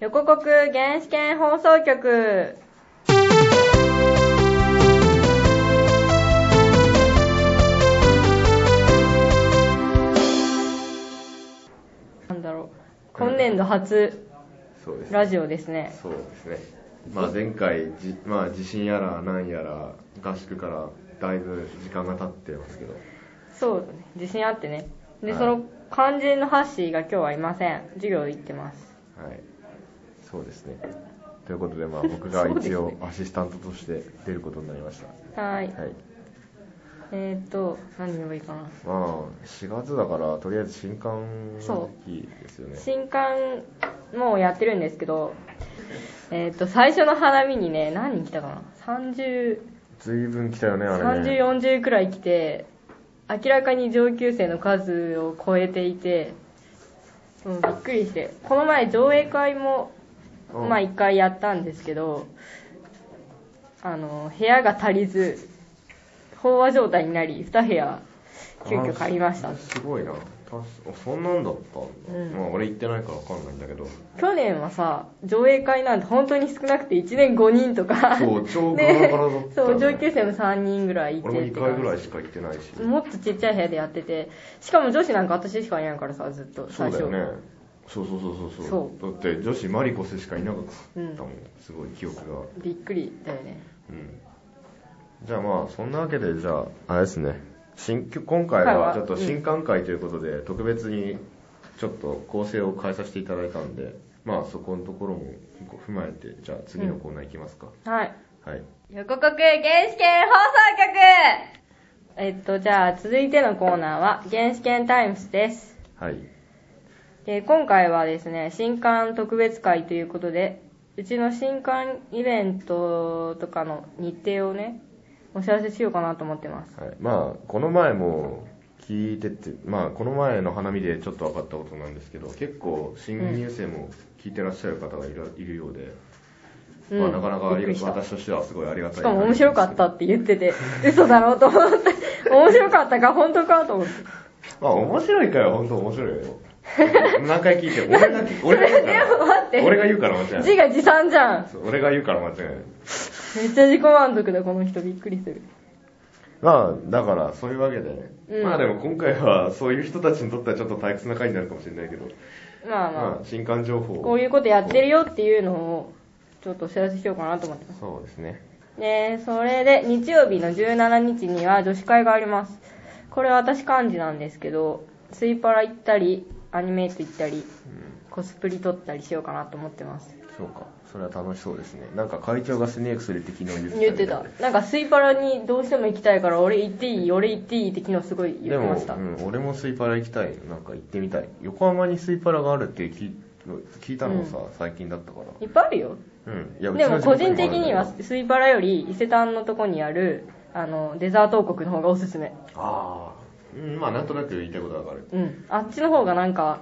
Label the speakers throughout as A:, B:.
A: 横国原始圏放送局。なんだろう。今年度初
B: そうですね
A: ラジオですね。
B: そうですね、まあ、前回じ、まあ、地震やらなんやら合宿からだいぶ時間が経ってますけど
A: そうだね。自信あってね。で、
B: はい
A: その肝心のハッシーが今日はいません。授業行ってます。
B: はいそうですねということで、まあ、僕 が
A: そうです
B: 一
A: ね
B: 応アシスタントとして出ることになりました、
A: はーい。
B: はい
A: えーっと、何言えばいいかな。
B: まあ4月だからとりあえず新刊
A: そ
B: の時期ですよね
A: 新刊もうやってるんですけど、えーっと、最初の花見にね、何人来たかな ?30、
B: 随分来たよねあれね
A: 30、40くらい来て、明らかに上級生の数を超えていて、もうびっくりして、この前上映会も、
B: うん
A: まあ一回やったんですけど、あの、部屋が足りず、飽和状態になり、2部屋、急遽借りました
B: あ。すごいな確かそんなんだったんだ、
A: うん
B: まあ俺行ってないから分かんないんだけど
A: 去年はさ上映会なんて本当に少なくて1年5人とか
B: そ う超ガラ
A: ね
B: ガラだった
A: そ
B: よね
A: う上級生も3人ぐらいいて
B: 俺も2回ぐらい
A: っ
B: しか行ってないして
A: もっとちっちゃい部屋でやっててしかも女子なんか私しかいないからさずっと
B: そ
A: 最
B: うだ
A: 初
B: よねそうそうそうそう
A: そ
B: だって女子マリコスしかいなかったもん、
A: うん
B: すごい記憶が
A: びっくりだよね
B: うんじゃあまあそんなわけでじゃああれですね新今回
A: 今回は
B: はちょっと新刊会ということで、特別にちょっと構成を変えさせていただいたんでまあそこのところも踏まえてじゃあ次のコーナーいきますか、
A: はい
B: はい
A: 横国原始圏放送局えっとじゃあ続いてのコーナーは原始圏タイムスです
B: はい
A: で今回はですね新刊特別会ということでうちの新刊イベントとかの日程をねお知らせしようかなと思ってます
B: はい、まあこの前も聞いてて、まあ、この前の花見でちょっと分かったことなんですけど結構新入生も聞いてらっしゃる方がいる,、いるようで、
A: うん
B: まあ、なかなかあり
A: びっくりした
B: 私としてはすごいありがたい
A: しかも面白かったって言ってて嘘だろうと思って面白かったか本当かと思って
B: まあ面白いから本当面白いよ 何回聞いても俺が聞俺が言うか
A: でも待って
B: ら俺が言うから間違いな
A: 字
B: い
A: が持参じゃん
B: そう俺が言うから間違いない
A: めっちゃ自己満足だこの人びっくりする
B: まあだからそういうわけでね、
A: うん
B: まあでも今回はそういう人たちにとってはちょっと退屈な回になるかもしれないけど、
A: まあまあ、
B: まあ、新刊情報を
A: こういうことやってるよっていうのをちょっとお知らせしようかなと思ってます
B: そうですね
A: で、それで日曜日の17日には女子会があります。これは私幹事なんですけど、スイパラ行ったり、アニメイト行ったり、コスプリ撮ったりしようかなと思ってます。
B: そうか、それは楽しそうですね。なんか会長がスネークするって昨日言ってた。
A: 言ってた。なんかスイパラにどうしても行きたいから、俺行っていい、俺行っていいって昨日すごい
B: で
A: 言ってま
B: も、
A: した。
B: うん、俺もスイパラ行きたいよ。なんか行ってみたい。横浜にスイパラがあるって聞い聞いたのさ、最近だったか
A: いっぱいあるよ。
B: ら。うん。いや
A: でも個人的には
B: うちの地元もあるんだけ
A: スイパラより伊勢丹のとこにある、あの、デザート王国の方がおすすめ。
B: どああ。うん、まあなんとなく言いたいことはわかる。
A: うん。あっちの方がなんか、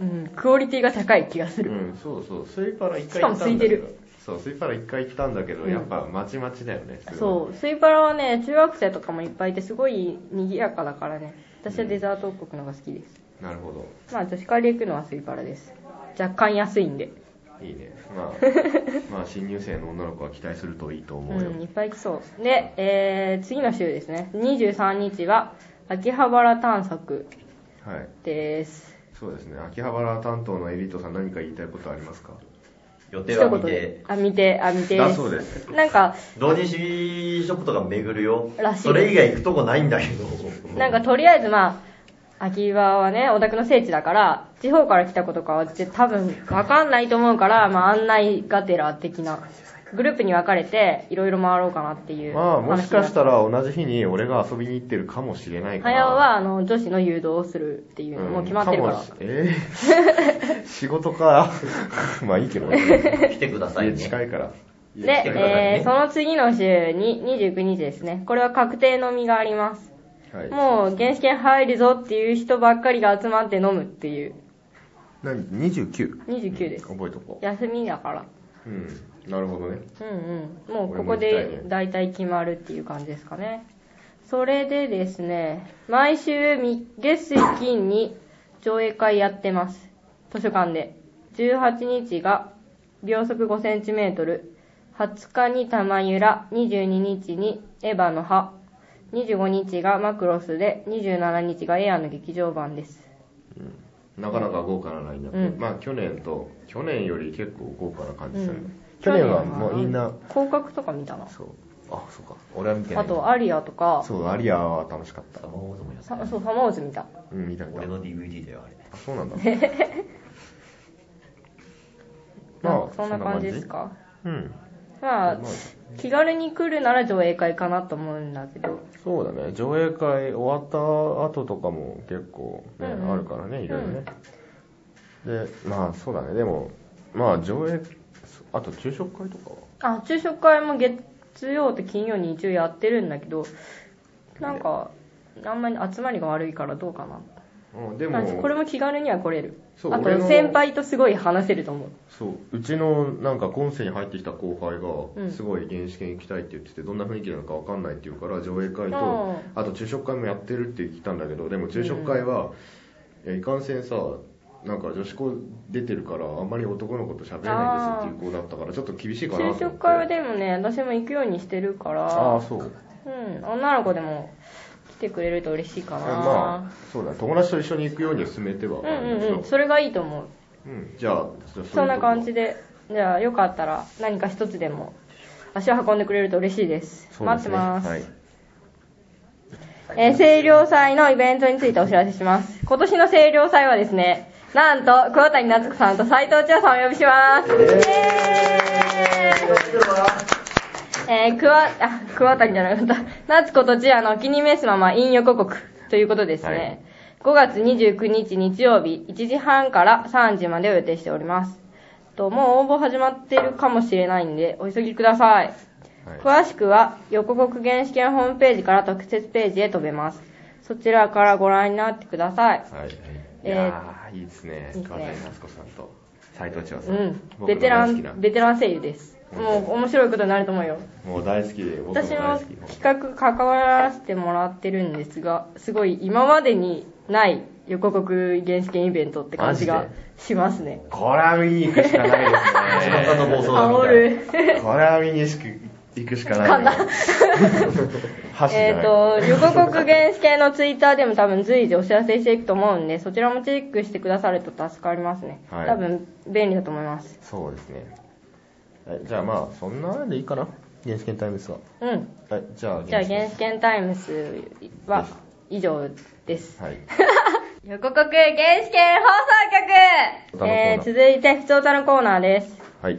A: うん、クオリティが高い気がする。
B: うん、そうそう。スイパラ一
A: し
B: 回
A: か
B: 行
A: も
B: った
A: 空
B: ん
A: い
B: だ
A: て
B: け
A: る
B: ど。そう、スイパラ一回行ったんだけど、
A: うん
B: やっぱまちまちだよね。すごい
A: そう、スイパラはね、中学生とかもいっぱいいて、すごい賑やかだからね、私はデザート王国のが好きです。
B: なるほど。
A: まあ、女子会で行くのはスイパラです。若干安いんで。
B: いいね。 まあ、まあ新入生の女の子は期待するといいと
A: う
B: 思うよ。
A: ん、いっぱい来そう。で、えー、次の週ですね、23日は、秋葉原探索
B: はい。
A: です。
B: そうですね、秋葉原担当のエリートさん、何か言いたいことありますか
C: 予定
A: 一
C: は見
A: 言
C: て
A: で。あ、見て、あ、見て。
B: だそうです。
A: なんか、
C: 同人誌ショップとか巡るよ
A: らしい
C: それ以外行くとこないんだけ ど
A: なんかとりあえずまあ、秋葉はね、オタクの聖地だから、地方から来た子とかは絶対多分わかんないと思うから、まあ案内がてら的な、グループに分かれて、いろいろ回ろうかなっていう
B: まあ、もしかした
A: ら。
B: ら同じ日に俺が遊びに行ってるかもしれないから。
A: 早尾は、あの、女子の誘導をするっていうのも決まってるから。
B: うんもしえ ー仕事か。 まあいいけど、ね、
C: 来てください
B: 家
C: ね
B: 近いから。
A: で、
C: 来てくださいね
A: えー、その次の週に、29日ですね。これは確定飲みがあります。
B: はい、
A: もう、原始圏入るぞっていう人ばっかりが集まって飲むっていう。
B: 何 ?29。
A: 29です
B: うん覚えとこ
A: 休みだから。
B: う。うん。なるほどね。
A: うんうん、もうここで大体決まるっていう感じですかね。それでですね、毎週み月水金に上映会やってます。図書館で。 18日が秒速5センチメートル、20日に玉ゆら、22日にエヴァの葉、25日がマクロスで、27日がエアの劇場版です。
B: なかなか豪華なラインナップ、
A: うん
B: まあ去年と去年より結構豪華な感じする、
A: うん
B: 去年はもうみんな
A: 広角とか見たな。
B: そうあそうか俺は見てない
A: あと、アリアとか、
B: そうアリアは楽しかった
C: サマーウォーズもやった
A: さそう、サマーズ見た。
B: うん見た見た
C: 俺の DVD だよあれ
B: あそうなん だ
A: なんかそんな感じですか
B: うん
A: まあ
B: まあ、
A: 気軽に来るなら上映会かなと思うんだけど。
B: そうだね上映会終わった後とかも結構ね、
A: うんうん
B: あるからねいろいろね、でまあそうだねでもまあ上映そあと昼食会とかは
A: あ、昼食会も月曜と金曜に一応やってるんだけど、なんか、あんまり集まりが悪いからどうかな。
B: うんで
A: まあ
B: も
A: これも気軽には来れる。
B: そう
A: あ
B: 俺
A: と、
B: の
A: 先輩とすごい話せると思う。
B: そううちのなんか今世に入ってきた後輩
A: うん
B: がすごい原始圏行きたいって言っててどんな雰囲気なのか分かんないって言うから上映会と
A: うん
B: あと昼食会もやってるって聞いたんだけどでも昼食会はいやいかんせんさなんか女子校出てるからあんまり男の子と喋れないですっていう子だったからちょっと厳しいかなと思
A: 昼
B: って
A: 食会はでもね、私も行くようにしてるか
B: ああ
A: ら、
B: そう
A: うん、女の子でも来てくれると嬉しいかな。
B: まあそうだね友達と一緒に行くようには進めては
A: う
B: ある
A: んう
B: んだけど
A: んうん、それがいいと思う。
B: うんじゃあじゃあ
A: そんな感じ
B: で
A: で、じゃあよかったら何か一つでも足を運んでくれると嬉しいです。待ってます。
B: はい
A: えー、清涼祭のイベントについてお知らせします。今年の清涼祭はですね、なんと、桑谷夏子さんと斉藤千代さんをお呼びします。えー、桑、あ、桑谷じゃなかった。 夏子と千代のお気に召すまま陰予告ということですね。5月29日日曜日、1時半から3時までを予定しております。と、もう応募始まってるかもしれないんで、お急ぎください。
B: はい
A: 詳しくは横国原始圏ホームページから特設ページへ飛べますそちらからご覧になってください
B: はい、い
A: えー
B: やーいいですね
A: いいですね
B: 桑田夏子さんと斎藤千代さ、
A: うんん
B: 僕
A: ベ
B: の
A: テラ
B: 大好きな
A: ンベテラン声優ですもう面白いことになると思うよ
B: もう大好きで僕も
A: 私
B: 大
A: も
B: 好き
A: 企画関わらせてもらってるんですがすごい今までにない横国原始圏イベントって感じ
B: マ
A: が
B: ジで
A: しますね
B: これは見に行くしかないですね
C: 地元の暴走だみ
A: 煽
C: たいな
A: る
B: これは見に行くしかないな箸じゃ
A: え
B: な
A: っ、
B: い
A: と、横国原始系のツイッターでも多分随時お知らせしていくと思うんで、そちらもチェックしてくださると助かりますね。
B: はい
A: 多分便利だと思います。
B: そうですねはいじゃあまあそんなでいいかな原始圏タイムズは
A: うん。
B: はいじゃあ
A: じゃあ、原始圏タイムスは以上です。
B: はい
A: 横国原始圏放送
B: 歌のコーナ
A: 局
B: ー
A: えー、続いて、普通歌のコーナーです。
B: はい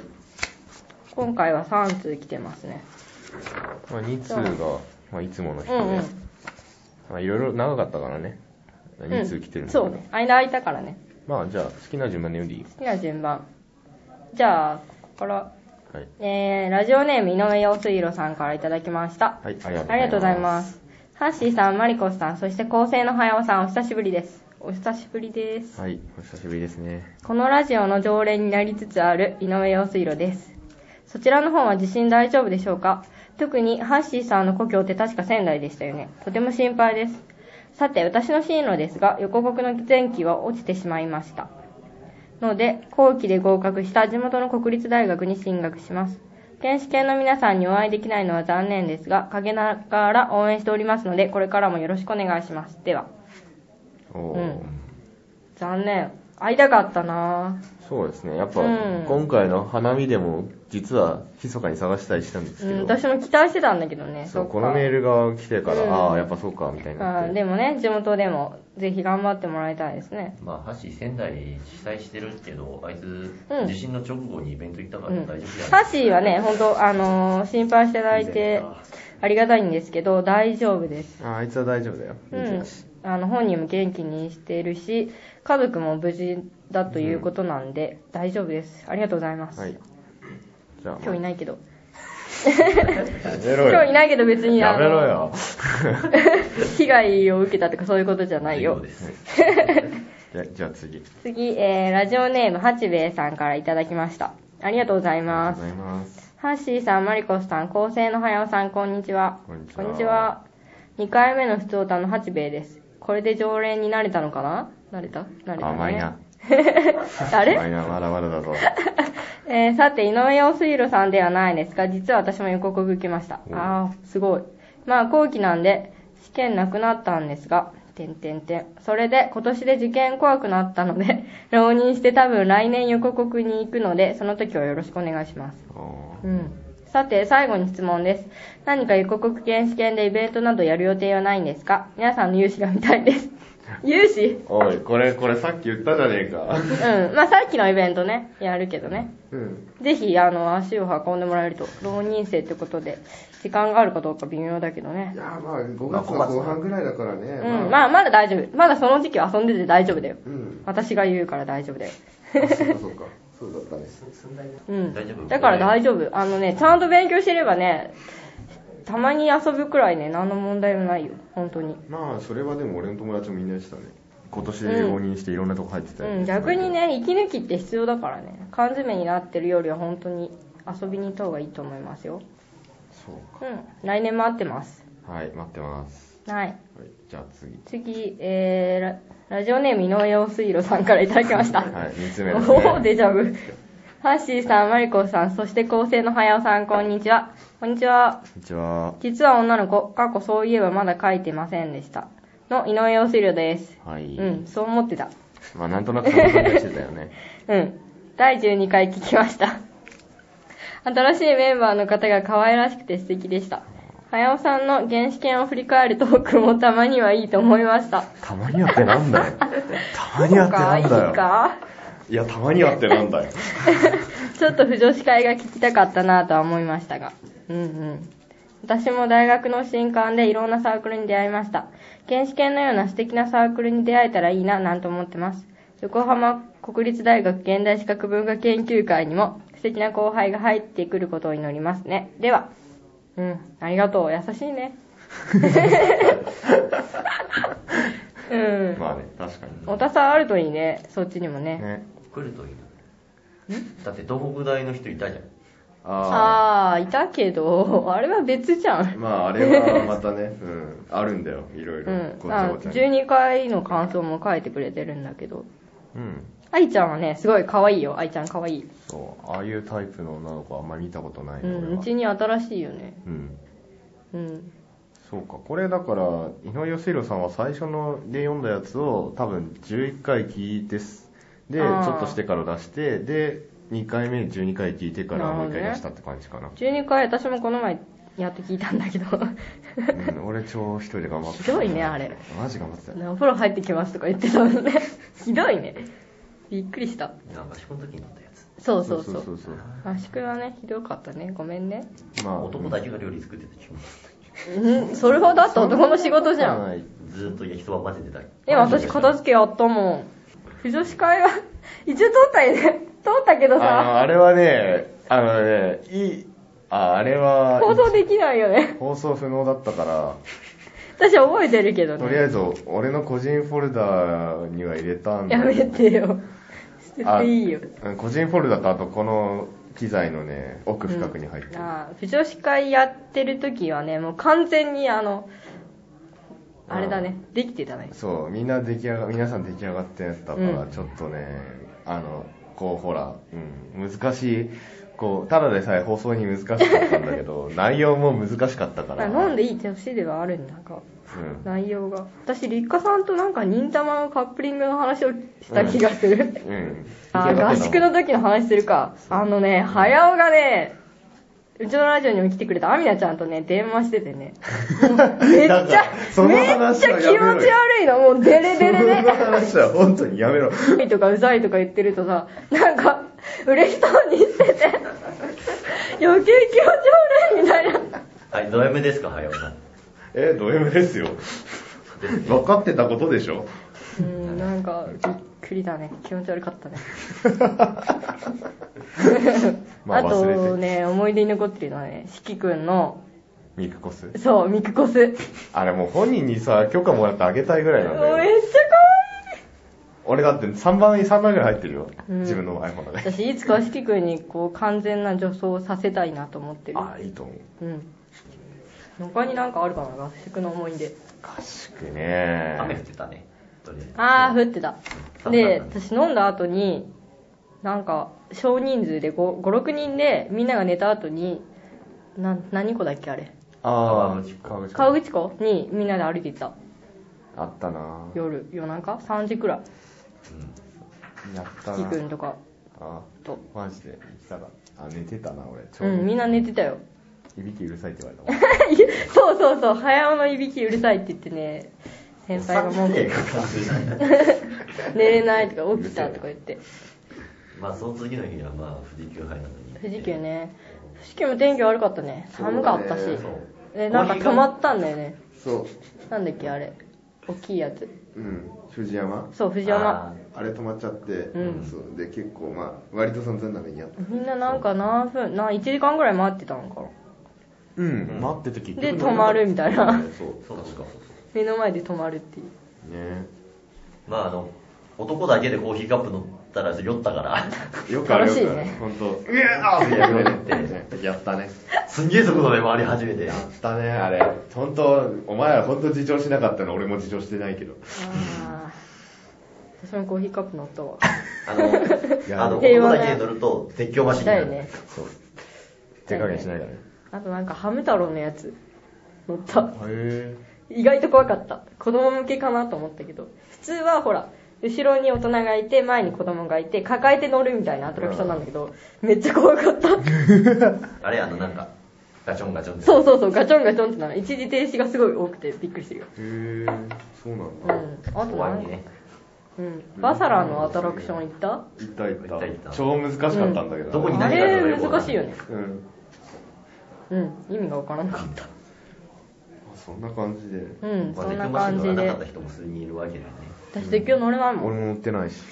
A: 今回は3通来てますね。
B: まあ2通がまあいつもの人
A: う
B: で
A: んうん。
B: まあいろいろ長かったからね2通来てる
A: うん、
B: んだけ
A: そ
B: ど
A: うね。間空いたからね。
B: まあじゃあ好きな順番で読んでいい
A: 好きな順番。じゃあ、ここから
B: はい
A: えー、ラジオネーム井上陽水郎さんからいただきました。
B: はいありがとうございます
A: ありがとうございます。ハッシーさん、マリコさん、そして構成の早尾さん、お久しぶりです。お久しぶりです。
B: はいお久しぶりですね
A: このラジオの常連になりつつある井上陽水郎です。そちらの方は地震大丈夫でしょうか特にハッシーさんの故郷って確か仙台でしたよね。とても心配です。さて、私の進路ですが、横国の前期は落ちてしまいました。ので、後期で合格した地元の国立大学に進学します。原始研の皆さんにお会いできないのは残念ですが、陰ながら応援しておりますので、これからもよろしくお願いします。では、
B: おお、
A: うん残念。会いたかったなぁ。
B: そうですねやっぱ、
A: うん
B: 今回の花見でも実は密かに探したりしたんですけ
A: うん、
B: ど、
A: 私も期待してたんだけどね。
B: そう
A: っか
B: このメールが来てから、
A: うん
B: ああやっぱそうかみたいにな
A: あ
B: っ
A: ー
B: て
A: でもね、地元でも、ぜひ頑張ってもらいたいですね。
C: まあ箸仙台被災してるけどあいつ
A: うん
C: 地震の直後にイベント行ったか
A: う
C: ら
A: ん。
C: 大丈夫じゃ
A: ハッシーはね、本当あのー心配していただいて、ありがたいんですけど、大丈夫です。
B: あーあいつは大丈夫だよ、
A: う
B: いい
A: ん
B: じ
A: あの本人も元気にしているし家族も無事だということなんで、大丈夫ですありがとうございま
B: ゃん
A: す、
B: はいじゃあ、
A: 今日いないけど
B: やめろ よ
A: 今日いないけど別に
B: やめろ
A: あの
B: よ
A: 被害を受けたとかそういうことじゃないよ
C: です
B: じゃあ じゃあ次
A: 次、えー、ラジオネーム八兵衛さんからいただきましたありがとうござい
B: あ
A: ま
B: り
A: す
B: がとうございます
A: ハッシーさん、マリコスさん、構成の早尾さん、こんにちは。
B: こんにちは
A: 2回目の普通歌の八兵衛です。これで常連になれたのかな慣れた慣れた、ね、
B: 甘いな
A: あれ
B: まあいやまだまだだ ぞ。
A: えーさて、井上陽水路さんではないですが、実は私も予告受けました。
B: お
A: ああ、すごい。まあ、後期なんで、試験なくなったんですが、てんてんてん。それで、今年で受験怖くなったので、 浪人して多分来年予告に行くので、その時はよろしくお願いします。
B: あー
A: うん。さて、最後に質問です。何か予告検試験でイベントなどやる予定はないんですか皆さんの融資が見たい です。融資
B: おい、これ、これさっき言ったじゃねえか。
A: うん。まあ、さっきのイベントね、やるけどね。
B: うん。
A: ぜひ、あの、足を運んでもらえると、浪人生ってことで、時間があるかどうか微妙だけどね
B: い。や、まあ、5月の後半ぐらいだからね。
A: うん、まあ、まだ大丈夫。まだその時期は遊んでて大丈夫だよ。
B: うん。
A: 私が言うから大丈夫だよ。
B: あそっかそっか。そうだったね。
A: うん。
C: 大丈夫
A: だから大丈夫。あのね、ちゃんと勉強してればね、たまに遊ぶくらいね、何の問題もないよ。本当に。
B: まあ、それはでも俺の友達もみんな言ってたね。今年浪人していろんなとこ入ってたよ
A: うん、逆に。ね、息抜きって必要だからね。缶詰になってるよりは本当に遊びに行った方がいいと思いますよ。
B: そう
A: うん。来年待ってます。
B: か。はい、待ってます。
A: はい。
B: はい、じゃあ次。
A: 次、えーラ、ラジオネーム井上陽水路さんからいただきました。
B: はい、三つ目です、ね。
A: おお、デジャブ。ハッシーさん、マリコさん、そして構成の早尾さん、こんにちは。こんにちは。
B: こんにちは。
A: 実は女の子、過去そういえばまだ書いてませんでした。の井上陽水路です。
B: はい。
A: うん、そう思ってた。
B: まあ、なんとなくそんな感じがしてたよね。
A: うん。第12回聞きました。新しいメンバーの方が可愛らしくて素敵でした。早尾さんの原始圏を振り返るトークもたまにはいいと思いました。
B: たまにやってな んだよ。たまにやってなんだ
A: そうかい
B: よ。
A: いか
B: いや、たまにやってなんだよ。
A: ちょっと不女子会が聞きたかったなとは思いましたが。うんうん。私も大学の新刊でいろんなサークルに出会いました。原始圏のような素敵なサークルに出会えたらいいななんて思ってます。横浜国立大学現代史学文化研究会にも素敵な後輩が入ってくることを祈りますね。では、うん、ありがとう。優しい ね。うん。
B: まあね、確かに。
A: おたさんあるといいね。そっちにもね。
B: ね。
C: 来るといいなだって東北大の人いたじゃん
B: あ
A: あー、いたけど、 あれは別じゃん
B: あ。。まあ、あれ はまたね、うん。あるんだよ、いろいろ。
A: うん、
B: ちゃ
A: あ
B: ごちゃに
A: 12回の感想も書いてくれてるんだけど
B: うん。
A: 愛ちゃんはねすごい可愛いよ愛ちゃん可愛い
B: そう、ああいうタイプの女の子はあんまり見たことないね、
A: う
B: 俺
A: んう
B: は。
A: ちに新しいよね
B: うん。
A: うん
B: そうか、これだから、井上義弘さんは最初ので読んだやつを多分11回聞いてす、で、ち
A: あー
B: ょっとしてから出して、で、2回目12回聞いてから
A: なる
B: も
A: ほ
B: う
A: ど
B: 1
A: ね
B: 回出したって感じ かな。
A: 12回私もこの前やって聞いたんだけど
B: うん、俺超一人で頑張って
A: ひどいねあれ。
B: マジ頑張ってたよ。
A: お風呂入ってきますとか言ってたのね ひどいねびっくりした
C: なんか仕事の時に乗ったやつ
A: そうそうそう
B: そうそう
A: 圧縮はねひどかったねごめんね
B: まあ、
C: 男だけが料理作ってた気も
A: うんそれはだって男の仕事じゃん
B: ん。
C: ずーっと焼きそば混ぜてた
A: え私片付けやったもん不女子会は 一応通ったよね通ったけど
B: あの、
A: さ
B: あれはね、あのね、いい、あ、あれは、
A: 放送できないよね
B: 放送不能だったから、
A: 私覚えてるけど
B: とりあ
A: ね。
B: えず、俺の個人フォルダには入れたんだ
A: や
B: け
A: め
B: ど
A: てよ。捨て
B: あ
A: ていいよ。
B: うん個人フォルダとあとこの機材のね、奥深くに入ってる。
A: ああ、不女子会やってる時はね、もう完全にあの、あれだね、できてたね。
B: そう、みんな出来上が、皆さん出来上がってやったから、
A: うん
B: ちょっとね、あの、こうほら、うん、難しい、こう、ただでさえ放送に難しかったんだけ ど、内容も難しかったから。
A: まあ飲んでいい年ではあるんだが、
B: うん。
A: 内容が。私、立花さんとなんか忍たまのカップリングの話をした気がする。
B: うん。
A: あー、合宿の時の話するか。あのね、早尾がね、うちのラジオにも来てくれたアミナちゃんとね、電話してて ね。めっち
B: だから
A: ゃ、
B: その
A: めっ
B: 話はやめろよ
A: ちゃ気持ち悪いの。もうデレデレで。
B: その話は本当にやめろ。
A: ういとかうざいとか言ってるとさ、なんか、嬉しそうにしてて、余計気持ち悪いみたいな。
C: はいド M ですか早尾 さん
B: え、ド M ですよ。分かってたことでしょ。
A: うん、なんか、びっくりだね。気持ち悪かったね。
B: ま
A: あ、
B: あ
A: と
B: 忘れて。
A: ね、思い出に残ってるのはね、しきくんの、
B: ミクコス。
A: そう、ミクコス。
B: あれもう本人にさ、許可もらってあげたいぐらい
A: も
B: なん
A: う
B: だよ。
A: めっちゃ
B: 俺だって3番に3番ぐらい入ってるよ、
A: うん
B: 自分の iPhone の
A: 可愛い。
B: 中で
A: 私、いつかしきくんに、こう、完全な女装をさせたいなと思ってる。
B: ああいいと思う
A: うん。他になんかあるかな、合宿の思い出。
B: 合宿ね
C: 雨降ってたねとり
A: あ
C: え
A: ー、降ってた。で、私飲んだ後に、なんか、少人数で5、6人で、みんなが寝た後に、な、何個だっけあれ。
D: あ
C: 川口湖
D: あ、川口湖
A: 川口湖にみんなで歩いて行った。
D: あったな
A: 夜、夜中 ?3 時くらい。
C: ずうん
D: やった
A: キ
D: な
A: くんとか
D: あ
A: と。
D: マジで行きたかったあ寝てたな俺ち
A: う
D: ょうど
A: ん、みんな寝てたよ。
D: いびきうるさいって言われ
A: そうそうそう、早尾のいびきうるさいって言ってね、先輩が文句言ってた 寝れないとか起きたとか言って。
C: まあその次の日にはまあ富士急杯なのに
A: 富士急ね。富士急も天気悪かったね。寒かったし
B: そうだね。
A: え、なんか止まったんだよね。
B: そ
A: なんだっけあれ。大きいやつ。
B: ううん藤山
A: そう、藤山。
B: あれ止まっちゃって、
A: うん
B: そうで結構まあ割と散々な目にあった
A: みんななんか何分、な1時間ぐらい待ってたのか
D: たもんうん待ってて結
A: な。
D: 局
A: で、止まるみたいな。
B: そう
C: そうそう
B: 確
C: そ
B: か
C: う
A: 目の前で止まるっていう。
B: ね
C: まああの男だけでコーヒーカップ乗ったら酔ったから
B: よくあれよ
A: 楽しい
B: く
A: ね
B: あれ本当うわーってやるねってやったね
C: すんげえ速度で回り始めて
B: やったねあれ本当お前ら本当自重しなかったの俺も自重してないけど
A: ああ。私もコーヒーカップ乗 ったわ。
C: あの
D: や
C: あの
A: 平
C: 男
A: 和な
C: だけで乗ると絶叫マシンに
A: だ
C: な
A: よ
C: る、
A: ね。
D: そう手加減しないからね
A: あとなんかハム太郎のやつ乗った。
D: へ
A: 意外と怖かった。子供向けかなと思ったけど。普通はほら、後ろに大人がいて、前に子供がいて、抱えて乗るみたいなアトラクションなんだけど、めっちゃ怖か った。
C: あれあのなんかガチョンガチョンって
A: そうそうそう、ガチョンガチョンってなる。一時停止がすごい多くてびっくりしてるよ。
B: へえそうなん
A: うん。
B: だ、
A: あと
C: 怖い
A: 何、
C: ね
A: うん。バサラのアトラクション行った
B: いったいった
C: いったいった
B: 超難しかったんだけど、
C: うんどこに
A: あ
C: 何がある
A: れ
C: のよ
A: 難しいよね。
B: うん
A: うん。意味がわからなかった。
B: あそんな感じで
A: うん、
C: まあ
A: そん
C: 絶
A: な
C: 叫マシ
A: 感
C: ン乗ら
A: じ
C: な
A: で
C: かった。人も数人いるわけだよね
A: 私絶叫乗れないも
D: 俺
A: ん。
D: も乗ってないし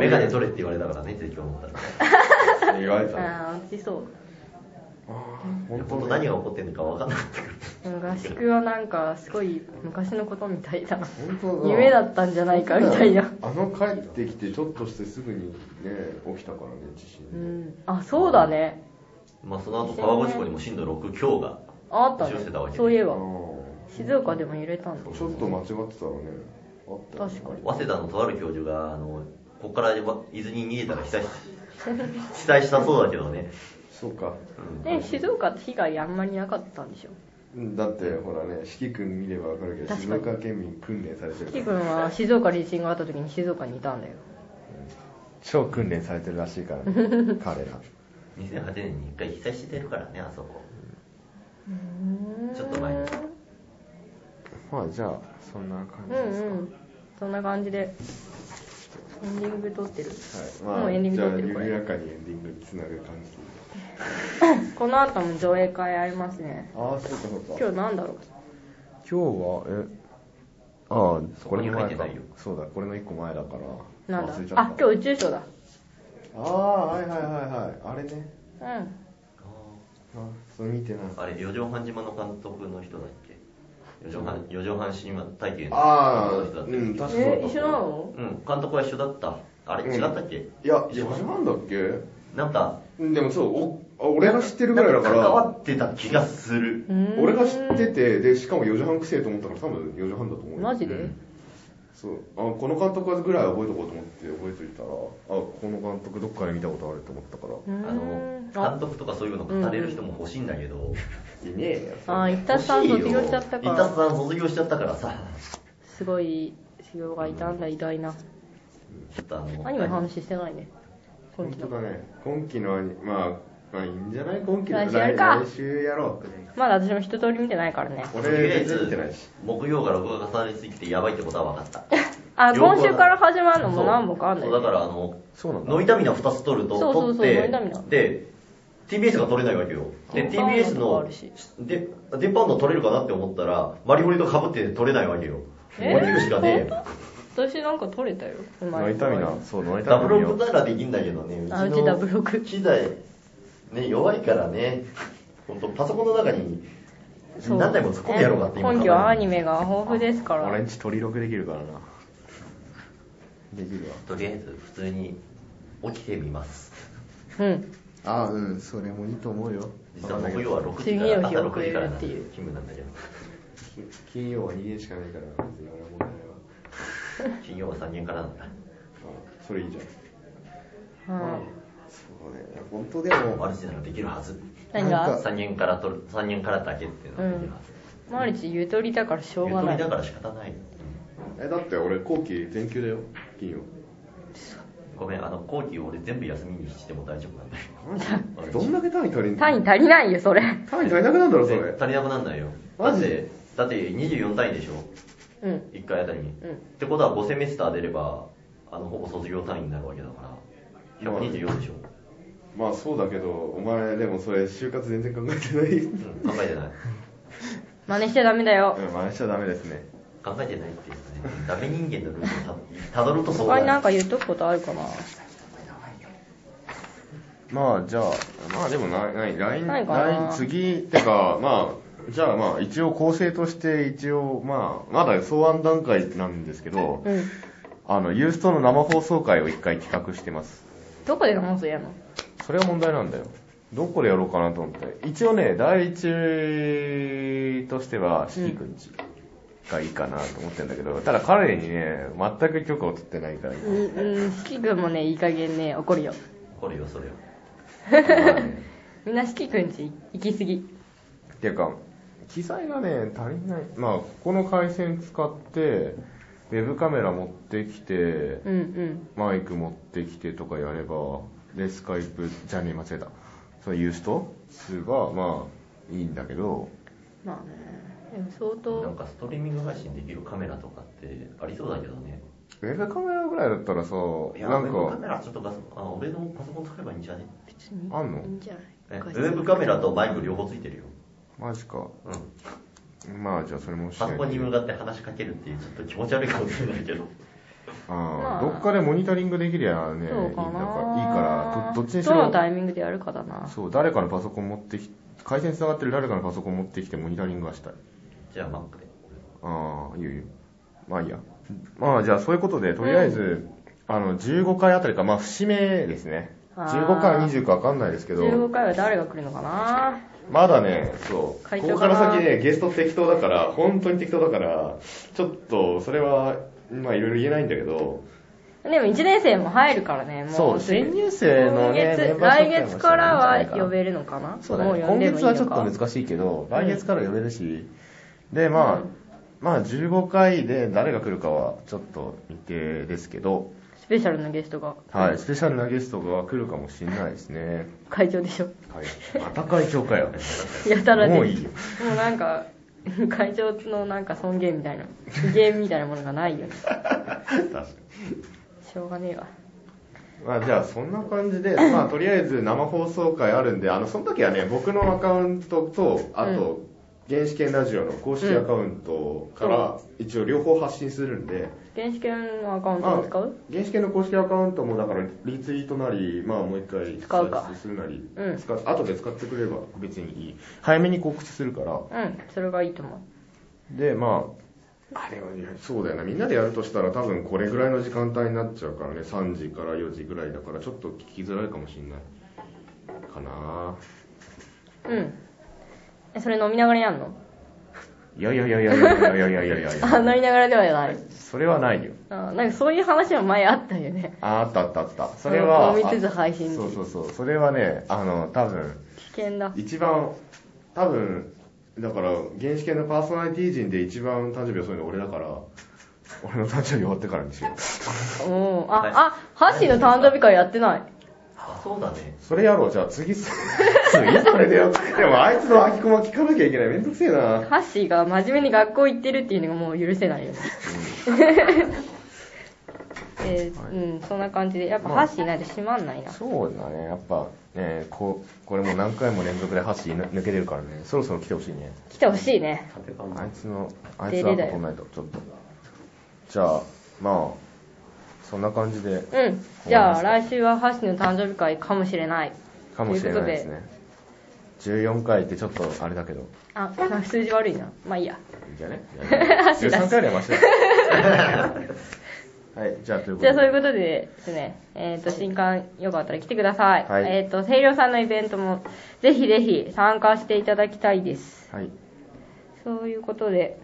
C: メガネ取れって言われたからね絶叫乗ったら
B: 言われたあ
A: ああ、落ちそう。
B: あ
C: 本
B: 本
C: 当
B: 当
C: 何
B: ね
C: が起こってんのか分かんなかったから
A: うん合宿はなんかすごい昔のことみたいだ
B: 本当だ
A: 夢だったんじゃないかみたいな
B: あの帰ってきてちょっとしてすぐにね起きたからね地
A: う
B: 震、
A: んあそうだね
C: まあその後川口湖にも震度6強が
A: あったね
C: 押し寄せたわけ
A: そういえ
B: あ
A: ば
B: あ
A: 静岡でも揺れたんだ
B: ちょっと間違ってたらねあったよね
A: 確かに
C: 早稲田のとある教授があのここからわ伊豆に逃げたら被災し 被災したそうだけどね、
B: そうか
C: うん
A: え静岡って被害あんまりなかったんでしょ
B: うんだってほらね四季君見ればわかるけど
A: 確
B: 静
A: かに
B: 岡県民訓練されてる
A: キキ君は静岡に地震があった時に静岡にいたんだよ
D: 超訓練されてるらしい からね彼ら
C: 2008年に1回被災してるからねあそこ
A: うん
C: ちょっと前に
D: まあじゃあそんな感
A: う
D: じです
A: んうんそんな感じでエンディング撮ってる
B: はい、
A: も
B: ま
A: うエンディ
B: あ、
A: ング撮って
B: じゃあ
A: るこれ
B: 緩やかにエンディングにつなぐ感じで
A: この後も上映会ありますね
B: ああそうかそうか
A: 今日なんだろう
D: 今日はえああ
C: そ
D: こ
C: こ
D: れ
C: に
D: の
C: 入
D: 前
C: って
D: か
C: ないよ
D: そうだこれの一個前だから
A: なんだ
B: 忘れちゃった
A: あ今日宇宙ショーだ
B: ああはいはいはいはいあれね
A: うん
B: あそれ見てない
C: あれ四畳半島の監督の人だっけ四畳半四畳半島体験の
B: ああ
C: 監督の人だ
B: う
C: っ
B: ん確かに
A: え一緒なの
C: たうん監督は一緒だったあれ
B: うん
C: 違ったっけ、
B: いや一緒なんだっけ
C: なんか
B: でもそうおあ俺が知ってるぐらいだか
C: なん関わ
B: ら
C: ってた気がする
A: うん
B: 俺が知っててでしかも4時半くせえと思ったから多分4時半だと思うよ
A: マジで、
C: うん
B: そうあこの監督ぐらいは覚えとこうと思って覚えといたらあこの監督どっかで見たことあると思ったから
A: うーん
C: あの監督とかそういうの語れる人も欲しいんだけど、
B: いねえよ
A: ああ、イタスさん卒業しちゃったか
C: イタス
A: ら。
C: さん卒業しちゃったからさ
A: すごい修行がいたんだ、偉大な。
C: ちょっとあの
A: アニメの話してないね。今
B: 本
A: 期
B: 当
A: の。
B: だね今期のアニまあまあいいんじゃない今期の
A: 来週やるか
B: 来週やろ
A: まだ私も一通り見てないからね。
B: う
C: とり
B: 俺
C: あえ
B: 全然見てない
C: ず
B: し
C: 木曜が録画重ねすぎてやばいってことは分かった
A: あ、
C: 両方
A: 今
C: だ
A: 週から始まるのも何本かあんだ
C: そうそう
A: よ、
C: だ
A: ね。
C: からあの
D: そうなんだ
C: ノイタミナ2つ取る
A: そうそうそ
C: と
A: う
C: 取って
A: ノイタミナ
C: で TBS が取れないわけよで
A: あそう
C: TBS
A: そうあ
C: の
A: るし
C: で電波の取れるかなって思ったらマリオリとかぶって取れないわけよ
A: え
C: 落ちるしかね
A: 私なんか撮れたよ。うまい
D: 泣いたみなそう泣い
C: ダ
D: た
C: ブ
D: み
C: ロ
D: な
C: ックならできんだけどねうち
A: あ、う
C: の
A: ちダブロク。
C: 機材ね弱いからね本当パソコンの中に
A: そう
C: 何台も突っ込んでやろうかって今
A: 今期はアニメが豊富ですか
D: 俺
A: ら
D: ん。ち取り録できるからなできるわ
C: とりあえず普通に起きてみます
A: うん。
D: ああうんそれもいいと思うよ
C: 実は木曜は6時
A: 次の
C: から
A: 日
C: 朝
A: 遅
C: 6
A: れ
C: 時から
A: る
C: な
A: っ
C: ん
A: て
C: で
A: いう
C: 勤務なんだけど
B: 金金曜は2円しかないから別に俺は問題ないわ
C: 金曜は3軒からなんだ。
B: あそれいいじゃん
A: は
B: そうね本当でも
C: マルチならできるはず。
A: い。何が
C: 3軒から取る、3軒からだけっていうのができるはず。
A: マルチゆとりだからしょう
C: ゆ
A: が
C: と
A: な
C: り
A: い。
C: だから仕方ないよ。
B: えだって俺後期全休だよ金曜
C: ごめん、あの、後期俺全部休みにしても大丈夫なんだよ。
B: どんだけ単位足りんの
A: 単位足りないよ、それ。
B: 単位足りなくなんだろそ
C: え
B: れ
C: 足りなくなんないよ。だ
B: マ
C: っ
B: ジ
C: て、だって24単位でしょ
A: うん。
C: ?1 回あたりに。っ
A: うん
C: てことは5セメスター出れば、あの、ほぼ卒業単位になるわけだから、124でしょ。
B: まあそうだけどお前でもそれ就活全然考えてないう
C: うんん、考えてない。
A: 真似しちゃダメだよ。
B: 真似しちゃダメですね
C: 考えてないっていうかね、ダメ人間のルートをたどるとそう
A: 他
C: だ
A: になん
C: よ。
A: か言っとくことあるかな
B: まあじゃあまあでもないない来
A: ないかな
B: 来次ってかまあじゃあまあ一応構成として一応まあまだ草案段階なんですけど、
A: うん。
B: あのユーストの生放送会を一回企画してます
A: どこで生放送やんの
B: それは問題なんだよどこでやろうかなと思って一応ね第一としては四季くんちがいいかなと思ってんだけど、ただ彼にね全く許可を取ってないから
A: うん、うん、四季君もね、いい加減ね、怒るよ。
C: これよ、それよ。
B: 今、まあね
A: みんな四季君ち行き過ぎ。
B: っていうか機材がね足りないまあここの回線使ってウェブカメラ持ってきて
A: うんうん。
B: マイク持ってきてとかやればでスカイプじゃねえ間違えたそういう人数がまあいいんだけど
A: まあね。でも相
C: なん
A: 当、
C: かストリーミング配信できるカメラとかってありそうだけどね。
B: ウェブカメラぐらいだったらさ
C: いや、
B: な
C: ウ
B: ん
C: ェブカメ
B: か
C: ラちょっとガスあの俺のパソコン使えばいいんじゃね
A: 別に
B: あんの
A: いいんじゃない
C: えウ
A: 画質
C: ェブカメラとマイク両方ついてるよ。
B: マジか
C: うん。
B: まあじゃあそれもし
C: パソコンに向
B: あ
C: かって話しかけるっていうちょっと気持ち悪いかもしれないけど。
B: あ、
A: まあ
B: どっかでモニタリングできりゃねいい
A: そう
B: だ
A: かな
B: からいいからどどっちにし
A: ど
B: ろ
A: のタイミングでやるかだな。
B: そう誰かのパソコン持ってき回線つながってる誰かのパソコン持ってきてモニタリングはしたい
C: じゃあ Mac で。
B: ああ、いいよいいよ。まあいいや。まあじゃあそういうことで、とりあえず、あの、15回あたりか、まあ節目ですね。
A: あー
B: 15回20かわかんないですけ
A: 15
B: ど、
A: 回は誰が来るのかな
B: まだね、そう。
A: 回
B: こ
A: 答
B: こ
A: か
B: か
A: な
B: ら先ね、ゲスト適当だから、本当に適当だから、ちょっと、それは、まあいろいろ言えないんだけど、
A: でも1年生も入るからね、
B: そ
A: もう
B: う、
A: すで
B: 新
A: に
B: 入生のね、メ
A: 今
B: ン
A: 月、
B: バー紹
A: 来
B: 介も
A: 月からは
B: してもいいんじゃないかな
A: 呼べるのかな
B: そうだね、
A: も
B: 今
A: 呼んでもい
B: 月
A: いの
B: は
A: か
B: ちょっと難しいけど、来月から呼べるし、で、まあ、まあ15回で誰が来るかはちょっと未定ですけど、
A: スペシャルなゲストが
B: はい、スペシャルなゲストが来るかもしれないですね。
A: 会長でしょ。
B: はい、また会長かよ。
A: やたらで。
B: もういいよ。
A: もうなんか、 会長のなんか尊厳みたいな、威厳みたいなものがないよね。
B: 確かに。
A: しょうがねえわ。
B: まあじゃあそんな感じで、まあとりあえず生放送会あるんで、あの、その時はね、僕のアカウントと、あと、原始圏ラジオの公式アカウントから一応両方発信するんで、
A: 原始権のアカウント
B: まあ
A: を使う
B: 原始圏の公式アカウントもだからリツイートなり、まあ、もう一回
A: 使うか
B: 再生するなり、
A: うん
B: 使っ後で使ってくれれば別にいい早めに告知するから
A: うん、それがいいと思う。
B: でまああれはねそうだよなみんなでやるとしたら多分これぐらいの時間帯になっちゃうからね3時から4時ぐらいだからちょっと聞きづらいかもしれないかな
A: うん。え、それ飲みながらやんの
B: いやいやいやいやいやいやいやいやいやい
A: あ、
B: や
A: 飲みながらではない。
B: それはないよ
A: あなんかそういう話も前あったよね。
B: ああったあったあったそれは
A: 飲みつつ配信
B: そうそうそうそれはねあの多分
A: 危険だ。
B: 一番多分だから原始系のパーソナリティ陣で一番誕生日遅いの俺だから俺の誕生日終わってからにしよう
A: おー
C: はい
A: あ、あ、ハッシーの誕生日会やってない。
C: あ、そうだね。
B: それやろうじゃあ次そ次それだよでもあいつの空きコマ聞かなきゃいけないめんどくせえな
A: ハッシーが真面目に学校行ってるっていうのがもう許せないよね。えーうん、そんな感じで。やっぱハッシーないと閉まんないな。
B: そうだねやっぱねここれもう何回も連続で箸抜けてるからねそろそろ来てほしいね
A: 来てほしいね。
C: 縦看板
B: あいつのあい
A: デ
B: つ
A: レ
B: は
A: だよ
B: 取んないとちょっとじゃあまあそんな感じで
A: うん。じゃあ、来週はハッシーの誕生日会かもしれない。
B: かもしれないですね14回ってちょっとあれだけど
A: あ、なんか数字悪いな。まあいいや。
B: いいんじ ゃね
A: 足出し
B: 13回でました はい、じゃあというこ
A: じ
B: と
A: ゃあ
B: で。
A: そういうことでですね、えっ、と、新刊よかったら来てください。
B: はい
A: えっ、と、清涼さんのイベントも、ぜひぜひ参加していただきたいです。
B: はい。
A: そういうことで、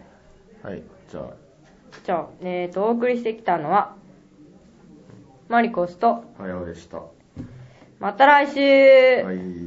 D: はい、じゃあ、
A: じゃあ、えー、と、お送りしてきたのは、マリコスと、
B: 早尾でした。は
A: また来週
B: い。